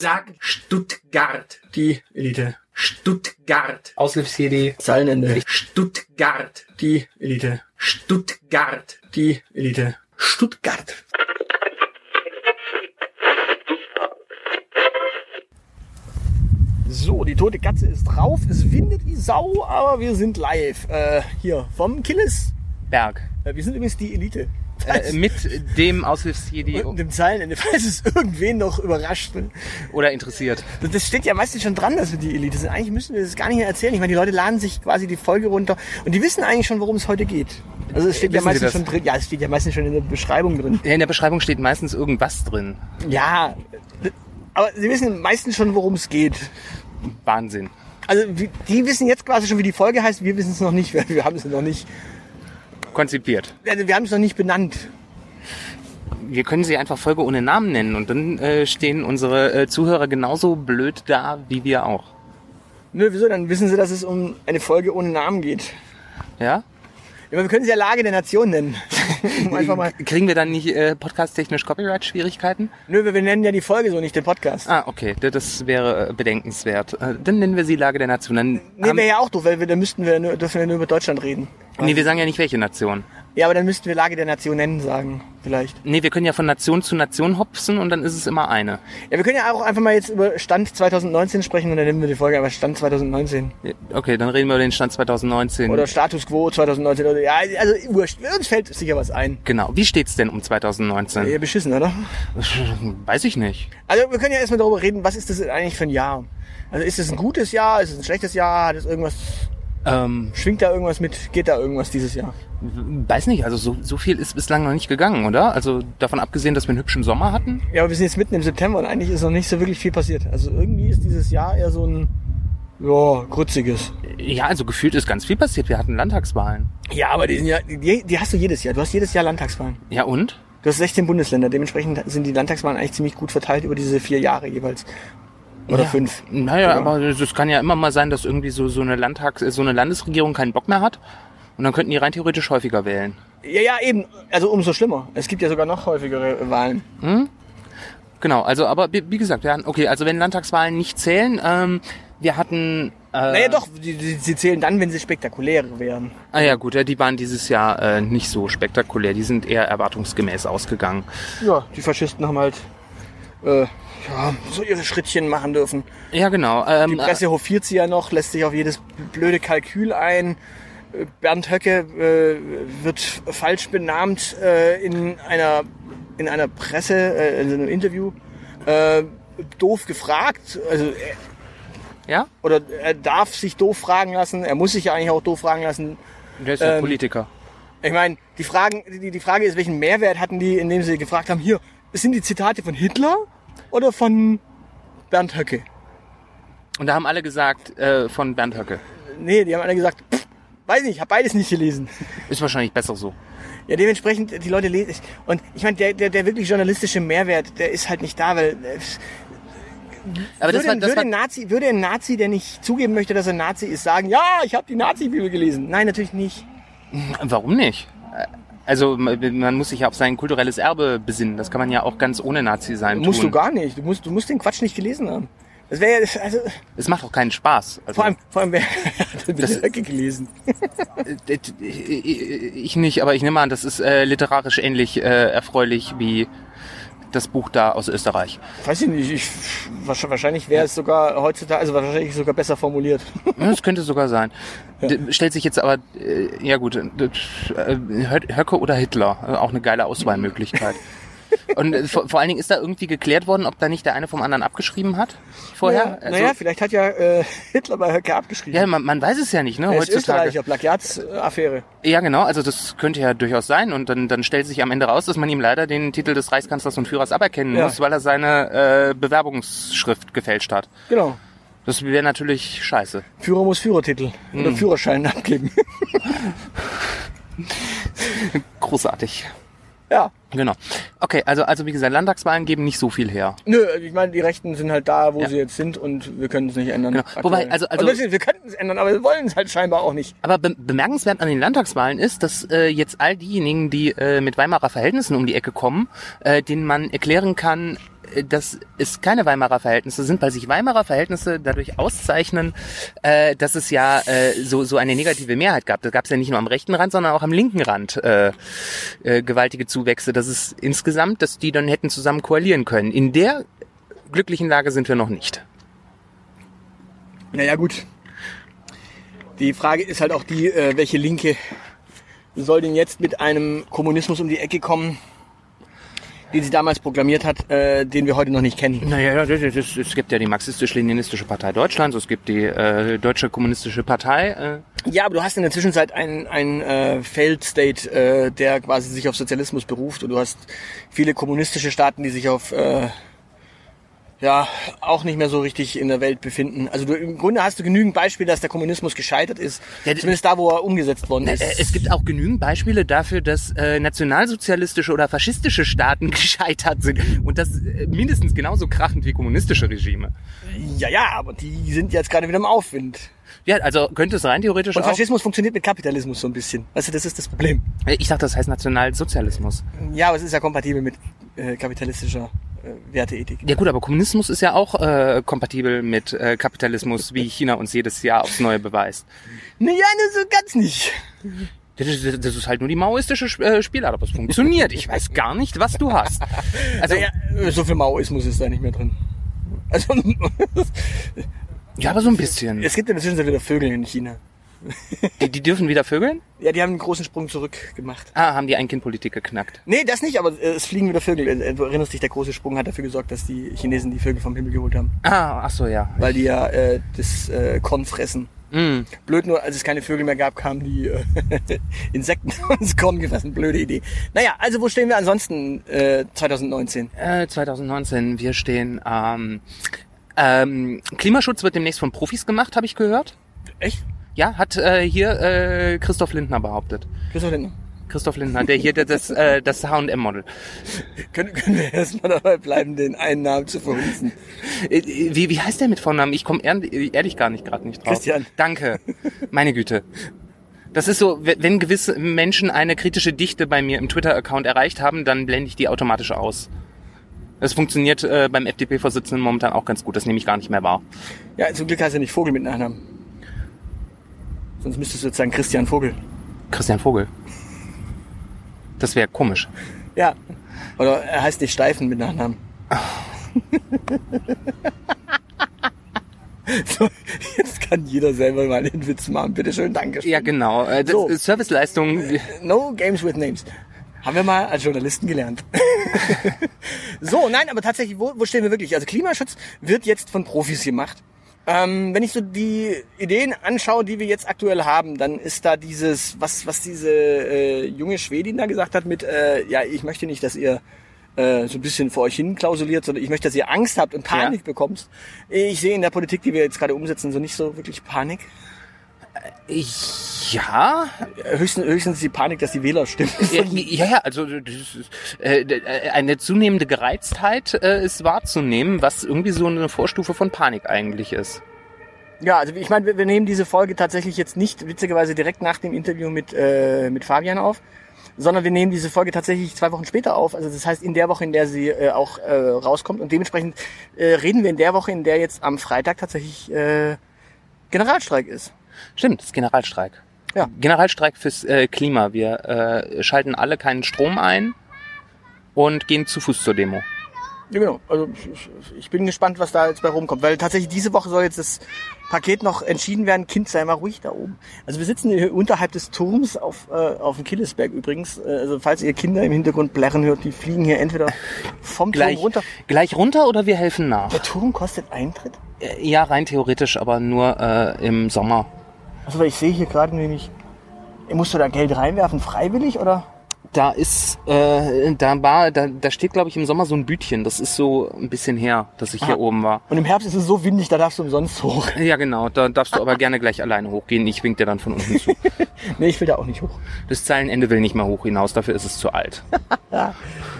Sag Stuttgart. Die Elite. Stuttgart. Ausgriffsidee. Zeilenende. Stuttgart. Die Elite. Stuttgart. Die Elite. Stuttgart. So, die tote Katze ist drauf. Es windet wie Sau, aber wir sind live. Äh, hier vom Killesberg. Berg. Äh, wir sind übrigens die Elite. Äh, mit dem Aushilfsjedi Und dem Zeilenende, falls es irgendwen noch überrascht. ne? oder interessiert. Das- Das steht ja meistens schon dran, dass wir die Elite sind. Eigentlich müssen wir das gar nicht mehr erzählen. Ich meine, die Leute laden sich quasi die Folge runter und die wissen eigentlich schon, worum es heute geht. Also es steht ja Wissen sie meistens das? schon drin. Ja, es steht ja meistens schon in der Beschreibung drin. Ja, in der Beschreibung steht meistens irgendwas drin. Ja, aber sie wissen meistens schon, worum es geht. Wahnsinn. Also die- die wissen jetzt quasi schon, wie die Folge heißt. Wir wissen es noch nicht. weil Wir haben es noch nicht. Konzipiert. Also wir haben es noch nicht benannt. Wir können sie einfach Folge ohne Namen nennen und dann äh, stehen unsere äh, Zuhörer genauso blöd da wie wir auch. Nö, wieso? Dann wissen sie, dass es um eine Folge ohne Namen geht. Ja? Ja, aber wir können sie ja Lage der Nation nennen. um einfach mal. Kriegen wir dann nicht äh, podcast-technisch Copyright-Schwierigkeiten? Nö, wir wir nennen ja die Folge so, nicht den Podcast. Ah, okay. D- Das wäre äh, bedenkenswert. Äh, Dann nennen wir sie Lage der Nation. Dann Nee, haben- wäre ja auch doof, weil wir, dann müssten wir nur, dürfen wir nur über Deutschland reden. nee, wir sagen ja nicht welche Nation. Ja, aber dann müssten wir Lage der Nation nennen sagen, vielleicht. Nee, wir können ja von Nation zu Nation hopsen und dann ist es immer eine. Ja, wir können ja auch einfach mal jetzt über Stand 2019 sprechen und dann nennen wir die Folge aber Stand 2019. Okay, dann reden wir über den Stand 2019. Oder Status Quo 2019 oder ja, also wurscht. Uns fällt sicher was ein. genau. Wie steht's denn um 2019? Ja, beschissen, oder? Weiß ich nicht. Also wir können ja erstmal darüber reden, was ist das eigentlich für ein Jahr? Also ist es ein gutes Jahr, ist es ein schlechtes Jahr, hat es irgendwas, Ähm, schwingt da irgendwas mit, geht da irgendwas dieses Jahr? weiß nicht, also so, so viel ist bislang noch nicht gegangen, oder? Also davon abgesehen, dass wir einen hübschen Sommer hatten. Ja, aber wir sind jetzt mitten im September und eigentlich ist noch nicht so wirklich viel passiert. Also irgendwie ist dieses Jahr eher so ein, ja, grutziges. Ja, also gefühlt ist ganz viel passiert. Wir hatten Landtagswahlen. Ja, aber die, sind ja, die, die hast du jedes Jahr. Du hast jedes Jahr Landtagswahlen. Ja und? Du hast 16 Bundesländer. Dementsprechend sind die Landtagswahlen eigentlich ziemlich gut verteilt über diese vier Jahre jeweils. Oder fünf. Naja, Ja. aber es kann ja immer mal sein, dass irgendwie so, so eine Landtags, äh, so eine Landesregierung keinen Bock mehr hat. Und dann könnten die rein theoretisch häufiger wählen. Ja, ja, eben. Also umso schlimmer. Es gibt ja sogar noch häufigere Wahlen. Genau, also aber wie wie gesagt, wir hatten, okay, also wenn Landtagswahlen nicht zählen, ähm, wir hatten äh, Naja, doch. die- die- Sie zählen dann, wenn sie spektakuläre wären. Ah ja gut, ja, die waren dieses Jahr äh, nicht so spektakulär, die sind eher erwartungsgemäß ausgegangen. Ja, die Faschisten haben halt, äh, ja, so ihre Schrittchen machen dürfen. Ja, genau. Die Ähm, äh, Presse hofiert sie ja noch, lässt sich auf jedes blöde Kalkül ein. Äh, Bernd Höcke äh, wird falsch benannt äh, in einer in einer Presse, äh, in einem Interview. Äh, doof gefragt, also er, äh, ja, oder er darf sich doof fragen lassen, er muss sich ja eigentlich auch doof fragen lassen. der ist ja ähm, Politiker. Ich meine, die, Fragen, die, die Frage ist, welchen Mehrwert hatten die, indem sie gefragt haben, hier, sind die Zitate von Hitler oder von Bernd Höcke? Und da haben alle gesagt äh, von Bernd Höcke. Nee, die haben alle gesagt, pff, weiß nicht, ich habe beides nicht gelesen. Ist wahrscheinlich besser so. Ja, dementsprechend, die Leute lesen. Und ich meine, der, der, der wirklich journalistische Mehrwert, der ist halt nicht da, weil. äh, Aber das würde, war, ein- das würde, war ein Nazi, würde ein Nazi, der nicht zugeben möchte, dass er Nazi ist, sagen, ja, ich habe die Nazi-Bibel gelesen? Nein, natürlich nicht. warum nicht? Äh, Also man man muss sich ja auf sein kulturelles Erbe besinnen. Das kann man ja auch ganz ohne Nazi sein. Musst tun. du gar nicht. Du musst, du musst den Quatsch nicht gelesen haben. Das wäre ja, also, Es macht auch keinen Spaß. Also, vor allem, vor allem, wer hat denn Das- bitte Höcke gelesen? äh, äh, ich nicht, aber ich nehme an, das ist äh, literarisch ähnlich äh, erfreulich wie das Buch da aus Österreich. Weiß ich nicht, ich, wahrscheinlich wahrscheinlich wäre es sogar heutzutage, also wahrscheinlich sogar besser formuliert. Ja, Das könnte sogar sein. D- Stellt sich jetzt aber, äh, ja gut, d- äh, Hö- Höcke oder Hitler, äh, auch eine geile Auswahlmöglichkeit. Und äh, vor, vor allen Dingen ist da irgendwie geklärt worden, ob da nicht der eine vom anderen abgeschrieben hat vorher. Also, naja, naja, vielleicht hat ja äh, Hitler bei Höcke abgeschrieben. Oh ja, man, man weiß es ja nicht, ne? Er ist Heutzutage. Österreicher, Plagiatsaffäre. Ja, genau, also das könnte ja durchaus sein. Und dann, dann stellt sich am Ende raus, dass man ihm leider den Titel des Reichskanzlers und Führers aberkennen Ja. muss, weil er seine äh, Bewerbungsschrift gefälscht hat. Genau. Das wäre natürlich scheiße. Führer muss Führertitel Hm. oder Führerschein abgeben. Großartig. ja. Genau. Okay, also, also wie gesagt, Landtagswahlen geben nicht so viel her. Nö, also ich meine, die Rechten sind halt da, wo Ja. sie jetzt sind und wir können es nicht ändern. Genau. aktuell. Wobei, also- also- Und wir wir könnten es ändern, aber wir wollen es halt scheinbar auch nicht. Aber be bemerkenswert an den Landtagswahlen ist, dass äh, jetzt all diejenigen, die äh, mit Weimarer Verhältnissen um die Ecke kommen, äh, denen man erklären kann, äh, dass es keine Weimarer Verhältnisse sind, weil sich Weimarer Verhältnisse dadurch auszeichnen, äh, dass es ja äh, so, so eine negative Mehrheit gab. Da gab es ja nicht nur am rechten Rand, sondern auch am linken Rand äh, äh, gewaltige Zuwächse. Das ist insgesamt, dass die dann hätten zusammen koalieren können. In der glücklichen Lage sind wir noch nicht. Naja, gut. Die Frage ist halt auch die, äh, welche Linke soll denn jetzt mit einem Kommunismus um die Ecke kommen, den sie damals proklamiert hat, äh, den wir heute noch nicht kennen. Naja, das, das, das, es gibt ja die marxistisch-leninistische Partei Deutschlands, es gibt die äh, Deutsche Kommunistische Partei. Äh, Ja, aber du hast in der Zwischenzeit einen, einen äh, Failed State, äh, der quasi sich auf Sozialismus beruft und du hast viele kommunistische Staaten, die sich auf äh, ja auch nicht mehr so richtig in der Welt befinden. Also du, im Grunde hast du genügend Beispiele, dass der Kommunismus gescheitert ist, Ja, d- zumindest da, wo er umgesetzt worden ist. Äh, Es gibt auch genügend Beispiele dafür, dass äh, nationalsozialistische oder faschistische Staaten gescheitert sind. Und das äh, mindestens genauso krachend wie kommunistische Regime. Ja, ja, aber die sind jetzt gerade wieder im Aufwind. Ja, also könnte es rein theoretisch Und auch... Faschismus funktioniert mit Kapitalismus so ein bisschen. Weißt du, das ist das Problem. Äh, Ich dachte, das heißt Nationalsozialismus. Ja, aber es ist ja kompatibel mit äh, kapitalistischer äh, Werteethik. Ja gut, aber Kommunismus ist ja auch äh, kompatibel mit äh, Kapitalismus, wie China uns jedes Jahr aufs Neue beweist. Naja, das so ganz nicht. Das ist, das ist halt nur die maoistische Sch- äh, Spielart, aber es funktioniert. Ich weiß gar nicht, was du hast. Also, Naja, äh, so viel Maoismus ist da nicht mehr drin. Also, ja, aber so ein bisschen. es gibt in der Zwischenzeit wieder Vögel in China. Die, die dürfen wieder vögeln? Ja, die haben einen großen Sprung zurück gemacht. Ah, haben die Ein-Kind-Politik geknackt. Nee, das nicht, aber äh, es fliegen wieder Vögel. Äh, Du erinnerst dich, der große Sprung hat dafür gesorgt, dass die Chinesen die Vögel vom Himmel geholt haben. Ah, ach so, ja. Weil die ja äh, das äh, Korn fressen. Mm. Blöd nur, als es keine Vögel mehr gab, kamen die äh, Insekten ins Korn gefressen. Blöde Idee. Naja, also wo stehen wir ansonsten äh, 2019? Äh, 2019, wir stehen. Ähm, ähm, Klimaschutz wird demnächst von Profis gemacht, habe ich gehört. Echt? Ja, hat äh, hier äh, Christoph Lindner behauptet. Christoph Lindner. Christoph Lindner, der hier der- das, äh, das H&M-Model. Können, können wir erstmal dabei bleiben, den einen Namen zu verhunzen? Äh, äh, Wie, wie heißt der mit Vornamen? Ich komme ehrlich, ehrlich gar nicht gerade nicht drauf. Christian. Danke. Meine Güte. Das ist so, we- wenn gewisse Menschen eine kritische Dichte bei mir im Twitter-Account erreicht haben, dann blende ich die automatisch aus. Das funktioniert äh, beim FDP-Vorsitzenden momentan auch ganz gut. Das nehme ich gar nicht mehr wahr. Ja, zum Glück heißt er nicht Vogel mit Nachnamen. Sonst müsstest du jetzt sagen Christian Vogel. Christian Vogel. Das wäre komisch. Ja. Oder er heißt nicht Steifen mit Nachnamen. so, jetzt kann jeder selber mal den Witz machen. Bitteschön, danke. Ja, genau. Äh, Das So. ist Serviceleistung. No games with names. Haben wir mal als Journalisten gelernt. so, nein, aber tatsächlich, wo, wo stehen wir wirklich? Also Klimaschutz wird jetzt von Profis gemacht. Ähm, wenn ich so die Ideen anschaue, die wir jetzt aktuell haben, dann ist da dieses, was, was diese äh, junge Schwedin da gesagt hat mit, äh, ja, ich möchte nicht, dass ihr äh, so ein bisschen vor euch hin klausuliert, sondern ich möchte, dass ihr Angst habt und Panik Ja. bekommt. Ich sehe in der Politik, die wir jetzt gerade umsetzen, so nicht so wirklich Panik. Ja, Äh, Höchstens, höchstens die Panik, dass die Wähler stimmen. ja, ja, ja, also das ist, äh, d- äh, eine zunehmende Gereiztheit äh, ist wahrzunehmen, was irgendwie so eine Vorstufe von Panik eigentlich ist. Ja, also ich meine, wir, wir nehmen diese Folge tatsächlich jetzt nicht witzigerweise direkt nach dem Interview mit, äh, mit Fabian auf, sondern wir nehmen diese Folge tatsächlich zwei Wochen später auf. Also das heißt in der Woche, in der sie äh, auch äh, rauskommt. Und dementsprechend äh, reden wir in der Woche, in der jetzt am Freitag tatsächlich äh, Generalstreik ist. Stimmt, das ist Generalstreik. Ja. Generalstreik fürs äh, Klima. Wir äh, schalten alle keinen Strom ein und gehen zu Fuß zur Demo. Ja, genau. Also ich- ich bin gespannt, was da jetzt bei rumkommt. Weil tatsächlich diese Woche soll jetzt das Paket noch entschieden werden. Kind, sei mal ruhig da oben. Also wir sitzen hier unterhalb des Turms auf, äh, auf dem Killesberg übrigens. Äh, Also falls ihr Kinder im Hintergrund blerren hört, die fliegen hier entweder vom Gleich Turm runter. Gleich runter oder wir helfen nach? Der Turm kostet Eintritt? Äh, Ja, rein theoretisch, aber nur äh, im Sommer. Also weil ich sehe hier gerade nämlich, musst du da Geld reinwerfen, freiwillig oder? Da ist, äh, da war, da, da steht, glaube ich, im Sommer so ein Bütchen. Das ist so ein bisschen her, dass ich hier oben war. Und im Herbst ist es so windig, da darfst du umsonst hoch. Ja, genau. Da darfst du aber gerne gleich alleine hochgehen. Ich wink dir dann von unten zu. nee, ich will da auch nicht hoch. Das Zeilenende will nicht mehr hoch hinaus. Dafür ist es zu alt. Ja,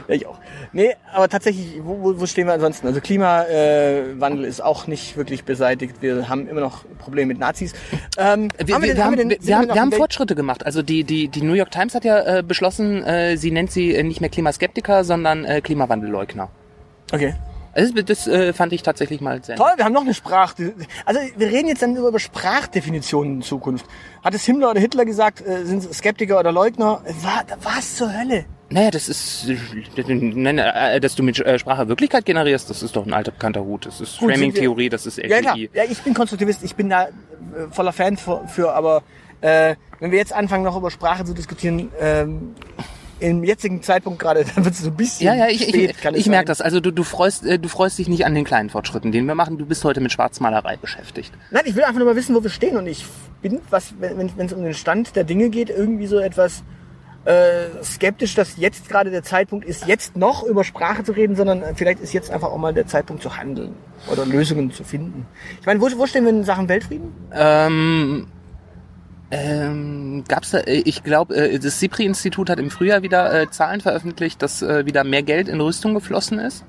ich auch. Nee, aber tatsächlich, wo, wo, wo stehen wir ansonsten? Also Klimawandel äh, Wandel ist auch nicht wirklich beseitigt. Wir haben immer noch Probleme mit Nazis. Ähm, Äh, Wir, wir, denn- wir haben, denn- wir, sind wir haben, noch wir haben im Wel- Fortschritte gemacht. Also die, die, die New York Times hat ja äh, beschlossen, äh, sie nennt sie äh, nicht mehr Klimaskeptiker, sondern äh, Klimawandelleugner. Okay. Also das, das äh, fand ich tatsächlich mal sehr. Toll, wir haben noch eine Sprach. Also wir reden jetzt dann über Sprachdefinitionen in Zukunft. Hat es Himmler oder Hitler gesagt, äh, sind es Skeptiker oder Leugner? Wa- Was zur Hölle? Naja, das ist, äh, nein, äh, dass du mit äh, Sprache Wirklichkeit generierst, das ist doch ein alter bekannter Hut. Das ist Gut, sind wir- Framing-Theorie, das ist Ja, klar. LTI. Ja, ich bin Konstruktivist, ich bin da äh, voller Fan für, für aber äh, wenn wir jetzt anfangen, noch über Sprache zu diskutieren, ähm, im jetzigen Zeitpunkt gerade, dann wird es so ein bisschen Ja, ja, ich, spät, ich, kann es ich merke sein. das. Also du, du, freust, äh, du freust dich nicht an den kleinen Fortschritten, den wir machen. Du bist heute mit Schwarzmalerei beschäftigt. Nein, ich will einfach nur mal wissen, wo wir stehen und ich bin, was, wenn wenn es um den Stand der Dinge geht, irgendwie so etwas äh, skeptisch, dass jetzt gerade der Zeitpunkt ist, jetzt noch über Sprache zu reden, sondern äh, vielleicht ist jetzt einfach auch mal der Zeitpunkt zu handeln oder Lösungen zu finden. Ich meine, wo, wo stehen wir in Sachen Weltfrieden? Ähm, ähm, gab's da, äh, ich glaube, äh, das SIPRI-Institut hat im Frühjahr wieder äh, Zahlen veröffentlicht, dass äh, wieder mehr Geld in Rüstung geflossen ist.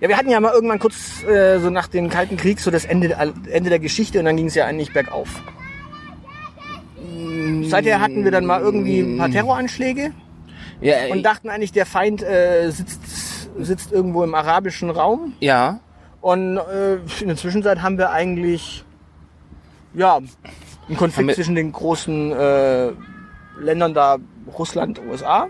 Ja, wir hatten ja mal irgendwann kurz äh, so nach dem Kalten Krieg so das Ende, der- Ende der Geschichte und dann ging es ja eigentlich bergauf. Seither hatten wir dann mal irgendwie ein paar Terroranschläge Ja, äh, und dachten eigentlich, der Feind äh, sitzt, sitzt irgendwo im arabischen Raum. ja. Und äh, in der Zwischenzeit haben wir eigentlich ja, einen Haben Konflikt wir- zwischen den großen äh, Ländern da Russland, USA.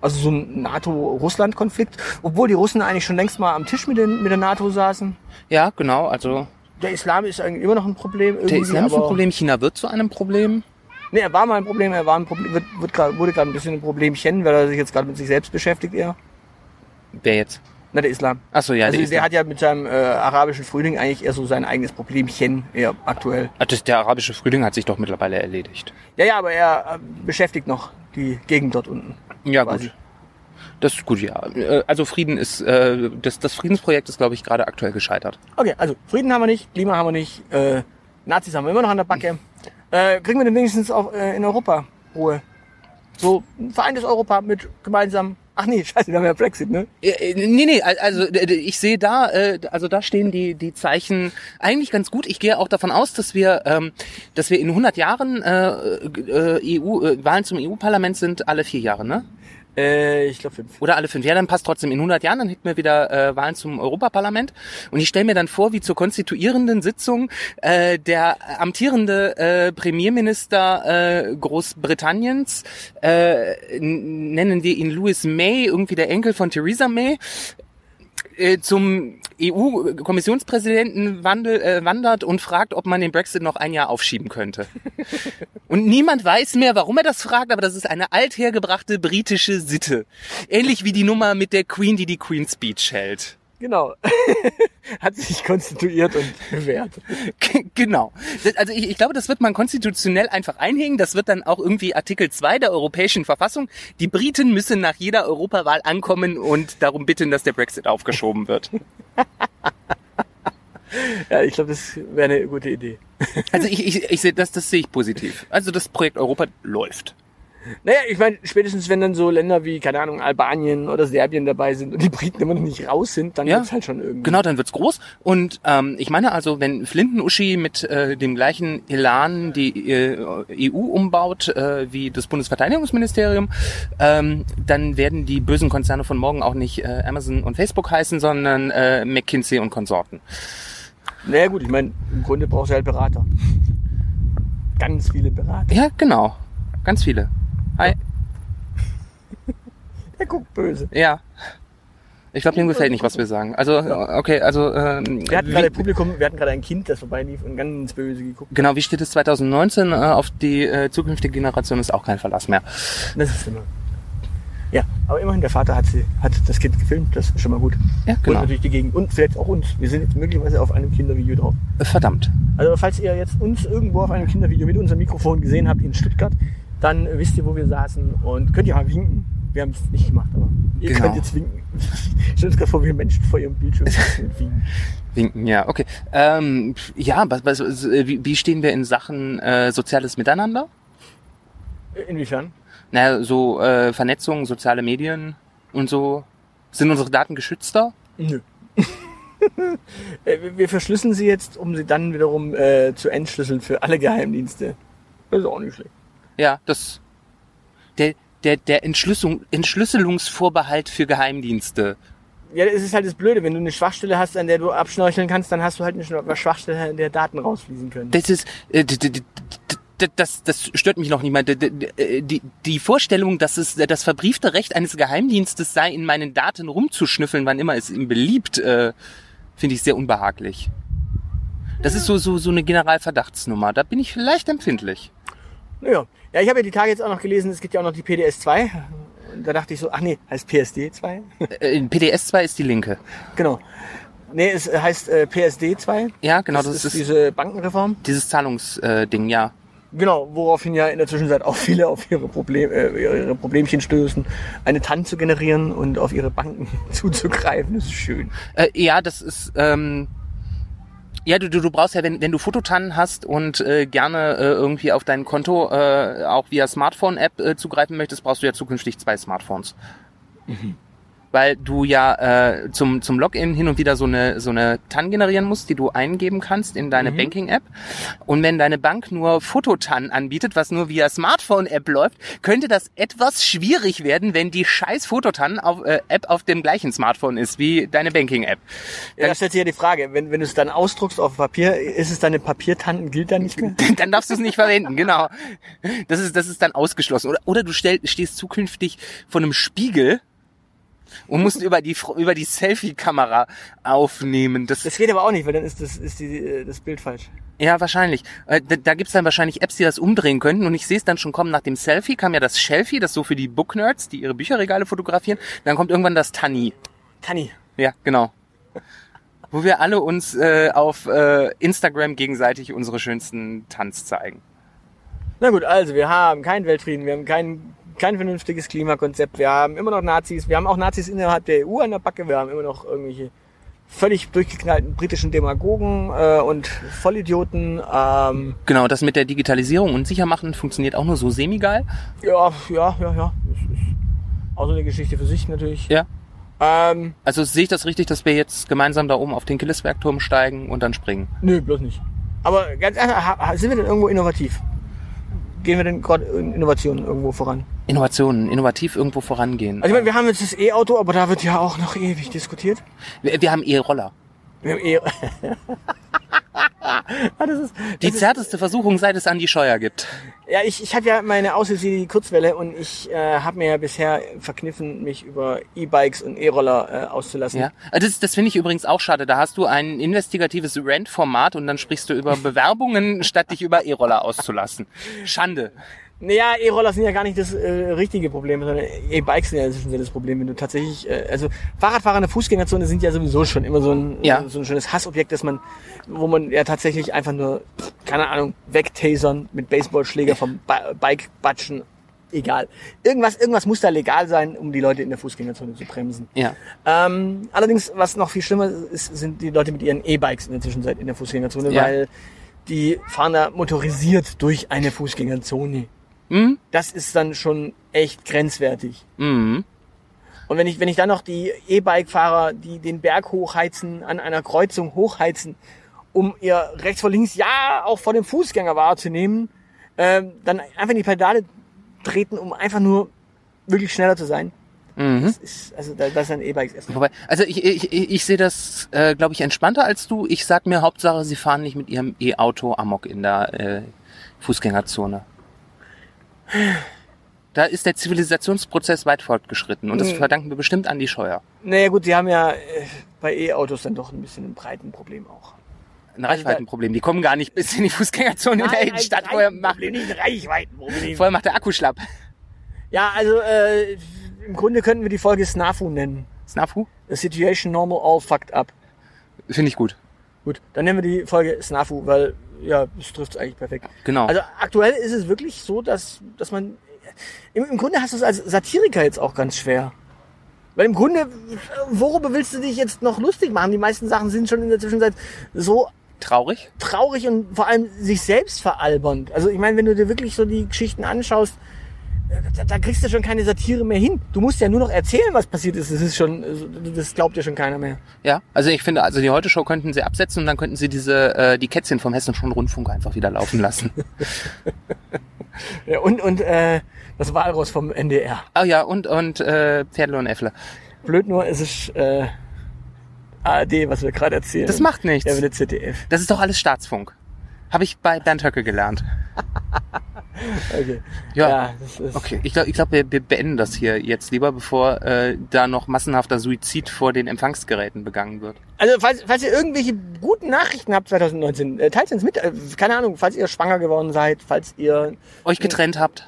Also so ein NATO-Russland-Konflikt, obwohl die Russen eigentlich schon längst mal am Tisch mit, den, mit der NATO saßen. ja, genau. Also Der Islam ist eigentlich immer noch ein Problem. der irgendwie, Islam ist ein aber- Problem, China wird zu einem Problem. Nee, er war mal ein Problem, er war ein Problem, wird, wird grad, wurde gerade ein bisschen ein Problemchen, weil er sich jetzt gerade mit sich selbst beschäftigt eher. Wer jetzt? Na, der Islam. Achso, ja, also der der, Islam. hat ja mit seinem äh, arabischen Frühling eigentlich eher so sein eigenes Problemchen eher aktuell. Ah, das, der arabische Frühling hat sich doch mittlerweile erledigt. Ja, ja, aber er äh, beschäftigt noch die Gegend dort unten. Ja, Quasi. gut. Das ist gut, ja. Äh, Also Frieden ist, äh, das, das Friedensprojekt ist, glaube ich, gerade aktuell gescheitert. Okay, also Frieden haben wir nicht, Klima haben wir nicht, äh, Nazis haben wir immer noch an der Backe. Äh, kriegen wir denn wenigstens auch äh, in Europa Ruhe? So ein vereintes Europa mit gemeinsam. Ach nee, scheiße, wir haben ja Brexit, ne? Äh, äh, Nee, nee, al- also d- d- ich sehe da, äh, also da stehen die, die Zeichen eigentlich ganz gut. Ich gehe auch davon aus, dass wir, ähm, dass wir in 100 Jahren äh, g- äh, EU, äh, Wahlen zum EU-Parlament sind alle vier Jahre, ne? Äh, ich glaube fünf. Oder alle fünf Jahre, dann passt trotzdem in 100 Jahren, dann hätten wir wieder äh, Wahlen zum Europaparlament. Und ich stelle mir dann vor, wie zur konstituierenden Sitzung äh, der amtierende äh, Premierminister äh, Großbritanniens, äh, n- nennen wir ihn Louis May, irgendwie der Enkel von Theresa May, äh, zum EU-Kommissionspräsidenten wandel, äh, wandert und fragt, ob man den Brexit noch ein Jahr aufschieben könnte. Und niemand weiß mehr, warum er das fragt, aber das ist eine althergebrachte britische Sitte. Ähnlich wie die Nummer mit der Queen, die die Queen Speech hält. Genau. Hat sich konstituiert und bewährt. G- Genau. Das- Also ich, ich glaube, das wird man konstitutionell einfach einhängen. Das wird dann auch irgendwie Artikel 2 der Europäischen Verfassung. Die Briten müssen nach jeder Europawahl ankommen und darum bitten, dass der Brexit aufgeschoben wird. Ja, ich glaube, das wäre eine gute Idee. Also ich, ich, ich sehe das, das sehe ich positiv. Also das Projekt Europa läuft. Naja, ich meine, spätestens wenn dann so Länder wie, keine Ahnung, Albanien oder Serbien dabei sind und die Briten immer noch nicht raus sind, dann Ja. wird's halt schon irgendwie. Genau, dann wird's groß. Und ähm, ich meine also, wenn Flinten-Uschi mit äh, dem gleichen Elan die äh, EU umbaut äh, wie das Bundesverteidigungsministerium, ähm, dann werden die bösen Konzerne von morgen auch nicht äh, Amazon und Facebook heißen, sondern äh, McKinsey und Konsorten. Naja gut, ich meine, im Grunde brauchst du halt Berater. Ganz viele Berater. Ja, genau. Ganz viele. Hi. Der guckt böse. Ja. Ich glaube, dem gefällt nicht, was wir sagen. Also, okay, also... Ähm, Wir hatten wie- gerade Publikum, wir hatten gerade ein Kind, das vorbeilief und ganz böse geguckt. Genau, wie steht es 2019? Äh, auf die äh, zukünftige Generation ist auch kein Verlass mehr. Das ist immer. Ja, aber immerhin, der Vater hat, sie, hat das Kind gefilmt, das ist schon mal gut. Ja, Und genau. natürlich die Gegend und vielleicht auch uns. Wir sind jetzt möglicherweise auf einem Kindervideo drauf. Äh, Verdammt. Also falls ihr jetzt uns irgendwo auf einem Kindervideo mit unserem Mikrofon gesehen habt in Stuttgart, dann wisst ihr, wo wir saßen und könnt ihr mal winken. Wir haben es nicht gemacht, aber ihr Genau. könnt jetzt winken. Stellt uns gerade vor, wie Menschen vor ihrem Bildschirm sitzen und winken. Winken, ja, okay. Ähm, ja, was, was, was, äh, wie, wie stehen wir in Sachen äh, soziales Miteinander? Inwiefern? Naja, so äh, Vernetzung, soziale Medien und so. Sind unsere Daten geschützter? Nö. Äh, wir- wir verschlüsseln sie jetzt, um sie dann wiederum äh, zu entschlüsseln für alle Geheimdienste. Das ist auch nicht schlecht. Ja, das. Der, der, der Entschlüsselung, Entschlüsselungsvorbehalt für Geheimdienste. ja, es ist halt das Blöde, wenn du eine Schwachstelle hast, an der du abschnorcheln kannst, dann hast du halt eine Schna- Schwachstelle, an der Daten rausfließen können. Das ist, äh, d- d- d- d- das, das stört mich noch nicht mal. D- d- d- äh, Die, die Vorstellung, dass es äh, das verbriefte Recht eines Geheimdienstes sei, in meinen Daten rumzuschnüffeln, wann immer es ihm beliebt, äh, finde ich sehr unbehaglich. Das ist so, so, so eine Generalverdachtsnummer. Da bin ich vielleicht empfindlich. Naja. Ja, ich habe ja die Tage jetzt auch noch gelesen, es gibt ja auch noch die PDS 2. Und Da dachte ich so, ach nee, heißt PSD 2? Äh, in PDS 2 ist die Linke. genau. Nee, es heißt äh, PSD 2. Ja, genau, das, ist, dieses, diese Bankenreform. dieses Zahlungsding, äh, Ding, ja. Genau, woraufhin ja in der Zwischenzeit auch viele auf ihre, Problem, äh, ihre Problemchen stößen, eine TAN zu generieren und auf ihre Banken zuzugreifen. Das ist schön. Äh, ja, das ist. Ähm, ja, du, du, du brauchst ja, wenn, wenn du Fototannen hast und äh, gerne äh, irgendwie auf dein Konto äh, auch via Smartphone-App äh, zugreifen möchtest, brauchst du ja zukünftig zwei Smartphones. Weil du ja äh, zum, zum Login hin und wieder so eine, so eine TAN generieren musst, die du eingeben kannst in deine Banking-App. Und wenn deine Bank nur Fototan anbietet, was nur via Smartphone-App läuft, könnte das etwas schwierig werden, wenn die scheiß Fototan-App auf, äh, App auf dem gleichen Smartphone ist wie deine Banking-App. Ja, da stellt sich ja die Frage, wenn, wenn du es dann ausdruckst auf Papier, ist es dann eine Papiertan und gilt dann nicht mehr? dann darfst du es nicht verwenden, genau. Das ist, das ist dann ausgeschlossen. Oder, oder du stell, stehst zukünftig vor einem Spiegel und musst über die, Fro- über die Selfie-Kamera aufnehmen. Das, Das geht aber auch nicht, weil dann ist das, ist die, äh, das Bild falsch. ja, wahrscheinlich. Äh, Da, da gibt's dann wahrscheinlich Apps, die das umdrehen könnten. Und ich sehe es dann schon kommen. Nach dem Selfie kam ja das Shelfie, das so für die Booknerds, die ihre Bücherregale fotografieren. Dann kommt irgendwann das Tanni. Tanni. Ja, genau. Wo wir alle uns äh, auf äh, Instagram gegenseitig unsere schönsten Tanz zeigen. Na gut, also wir haben keinen Weltfrieden, wir haben kein, kein vernünftiges Klimakonzept, wir haben immer noch Nazis, wir haben auch Nazis innerhalb der EU an der Backe, wir haben immer noch irgendwelche völlig durchgeknallten britischen Demagogen äh, und Vollidioten. Ähm, Genau, das mit der Digitalisierung und Sichermachen funktioniert auch nur so semi-geil. ja, ja, ja, ja. Das ist auch so eine Geschichte für sich natürlich. Ja. Ähm, Also sehe ich das richtig, dass wir jetzt gemeinsam da oben auf den Killesbergturm steigen und dann springen? nö, bloß nicht. Aber ganz ehrlich, ha- ha- sind wir denn irgendwo innovativ? Gehen wir denn gerade in Innovationen irgendwo voran? Innovationen, innovativ irgendwo vorangehen. Also ich meine, wir haben jetzt das E-Auto, aber da wird ja auch noch ewig diskutiert. wir, wir haben E-Roller. Wir haben eh. Ah, das ist, Die zärteste Versuchung, seit es Andi Scheuer gibt. ja, ich, ich habe ja meine Aussicht die Kurzwelle und ich äh, habe mir ja bisher verkniffen, mich über E-Bikes und E-Roller äh, auszulassen. Ja. Also Das, das finde ich übrigens auch schade. Da hast du ein investigatives Rant-Format und dann sprichst du über Bewerbungen, statt dich über E-Roller auszulassen. Schande. Naja, E-Roller sind ja gar nicht das äh, richtige Problem, sondern E-Bikes sind ja inzwischen sehr das Problem, wenn du tatsächlich, äh, also Fahrradfahrer in der Fußgängerzone sind ja sowieso schon immer so ein, Ja. so ein schönes Hassobjekt, dass man, wo man ja tatsächlich einfach nur, keine Ahnung, wegtasern mit Baseballschläger vom ba Bike batschen, egal. Irgendwas, irgendwas muss da legal sein, um die Leute in der Fußgängerzone zu bremsen. Ja. Ähm, allerdings, was noch viel schlimmer ist, sind die Leute mit ihren E-Bikes in der Zwischenzeit in der Fußgängerzone, Ja. weil die fahren da motorisiert durch eine Fußgängerzone. Mhm. Das ist dann schon echt grenzwertig. Mhm. Und wenn ich, wenn ich dann noch die E-Bike-Fahrer, die den Berg hochheizen, an einer Kreuzung hochheizen, um ihr rechts vor links, ja, auch vor dem Fußgänger wahrzunehmen, ähm, dann einfach in die Pedale treten, um einfach nur wirklich schneller zu sein. Mhm. Das ist, also da- das ist ein E-Bikes essen. Wobei, also ich, ich, ich ich sehe das, äh, glaube ich, entspannter als du. Ich sag mir Hauptsache, sie fahren nicht mit ihrem E-Auto Amok in der äh, Fußgängerzone. Da ist der Zivilisationsprozess weit fortgeschritten und das verdanken wir bestimmt an die Scheuer. Naja gut, die haben ja äh, bei E-Autos dann doch ein bisschen ein Breitenproblem auch. Ein Reichweitenproblem. Die kommen gar nicht bis in die Fußgängerzone in der Innenstadt. Vorher macht, nicht ein Reichweitenproblem. vorher macht der Akku schlapp. Ja, also äh, im Grunde könnten wir die Folge SNAFU nennen. Snafu? The Situation Normal All Fucked Up. Finde ich gut. Gut, dann nennen wir die Folge Snafu, weil ja, das trifft eigentlich perfekt. Genau. Also aktuell ist es wirklich so, dass, dass man. Im, Im Grunde hast du es als Satiriker jetzt auch ganz schwer. Weil im Grunde, äh, worüber willst du dich jetzt noch lustig machen? Die meisten Sachen sind schon in der Zwischenzeit so Traurig? traurig und vor allem sich selbst veralbernd. Also ich meine, wenn du dir wirklich so die Geschichten anschaust, da, da kriegst du schon keine Satire mehr hin. Du musst ja nur noch erzählen, was passiert ist. Das ist schon, das glaubt dir schon keiner mehr. Ja. Also ich finde, also die Heute-Show könnten sie absetzen und dann könnten sie diese, äh, die Kätzchen vom Hessischen Rundfunk einfach wieder laufen lassen. Ja, und und äh, das Walross vom NDR. Ah ja, und, und äh, Pferdle und Äffle. Blöd nur, es ist äh, ARD, was wir gerade erzählen. Das macht nichts. Ja, wenn der ZDF. Das ist doch alles Staatsfunk. Habe ich bei Bernd Höcke gelernt. Okay. Ja. das ist. Okay, ich glaube, ich glaub, wir, wir beenden das hier jetzt lieber, bevor äh, da noch massenhafter Suizid vor den Empfangsgeräten begangen wird. Also, falls, falls ihr irgendwelche guten Nachrichten habt 2019, äh, teilt uns mit. Äh, keine Ahnung, falls ihr schwanger geworden seid, falls ihr. Euch getrennt habt.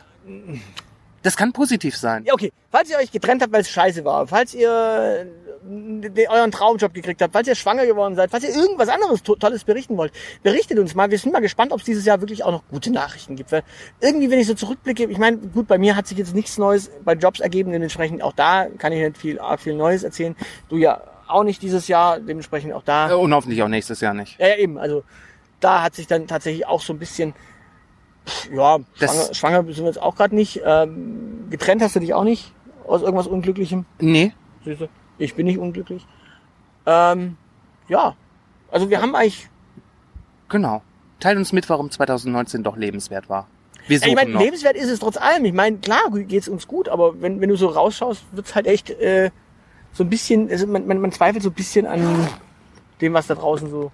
Das kann positiv sein. Ja, okay. Falls ihr euch getrennt habt, weil es scheiße war. Falls ihr äh, den, euren Traumjob gekriegt habt. Falls ihr schwanger geworden seid. Falls ihr irgendwas anderes to Tolles berichten wollt. Berichtet uns mal. Wir sind mal gespannt, ob es dieses Jahr wirklich auch noch gute Nachrichten gibt. Weil irgendwie, wenn ich so zurückblicke, ich meine, gut, bei mir hat sich jetzt nichts Neues bei Jobs ergeben. Dementsprechend auch da kann ich nicht viel, arg viel Neues erzählen. Du ja auch nicht dieses Jahr. Dementsprechend auch da. Und hoffentlich auch nächstes Jahr nicht. Ja, ja, eben. Also da hat sich dann tatsächlich auch so ein bisschen, pff, ja, Das- schwanger, schwanger sind wir jetzt auch gerade nicht. Ähm, getrennt hast du dich auch nicht aus irgendwas Unglücklichem. Nee, Süße. Ich bin nicht unglücklich. Ähm, ja, also wir haben eigentlich, genau. Teilt uns mit, warum 2019 doch lebenswert war. Wir Ja, suchen ich meine, noch. lebenswert ist es trotz allem. Ich meine, klar geht's uns gut, aber wenn, wenn du so rausschaust, wird's halt echt äh, so ein bisschen, also man, man, man zweifelt so ein bisschen an dem, was da draußen so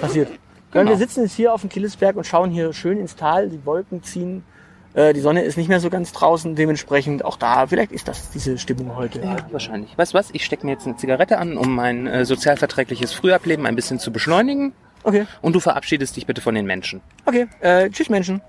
passiert. Weil Genau. Wir sitzen jetzt hier auf dem Killesberg und schauen hier schön ins Tal, die Wolken ziehen. Äh, die Sonne ist nicht mehr so ganz draußen, dementsprechend auch da. Vielleicht ist das diese Stimmung heute. Ja, wahrscheinlich. Weißt du was? Ich stecke mir jetzt eine Zigarette an, um mein äh, sozialverträgliches Frühableben ein bisschen zu beschleunigen. Okay, Und du verabschiedest dich bitte von den Menschen. okay. Äh, tschüss Menschen.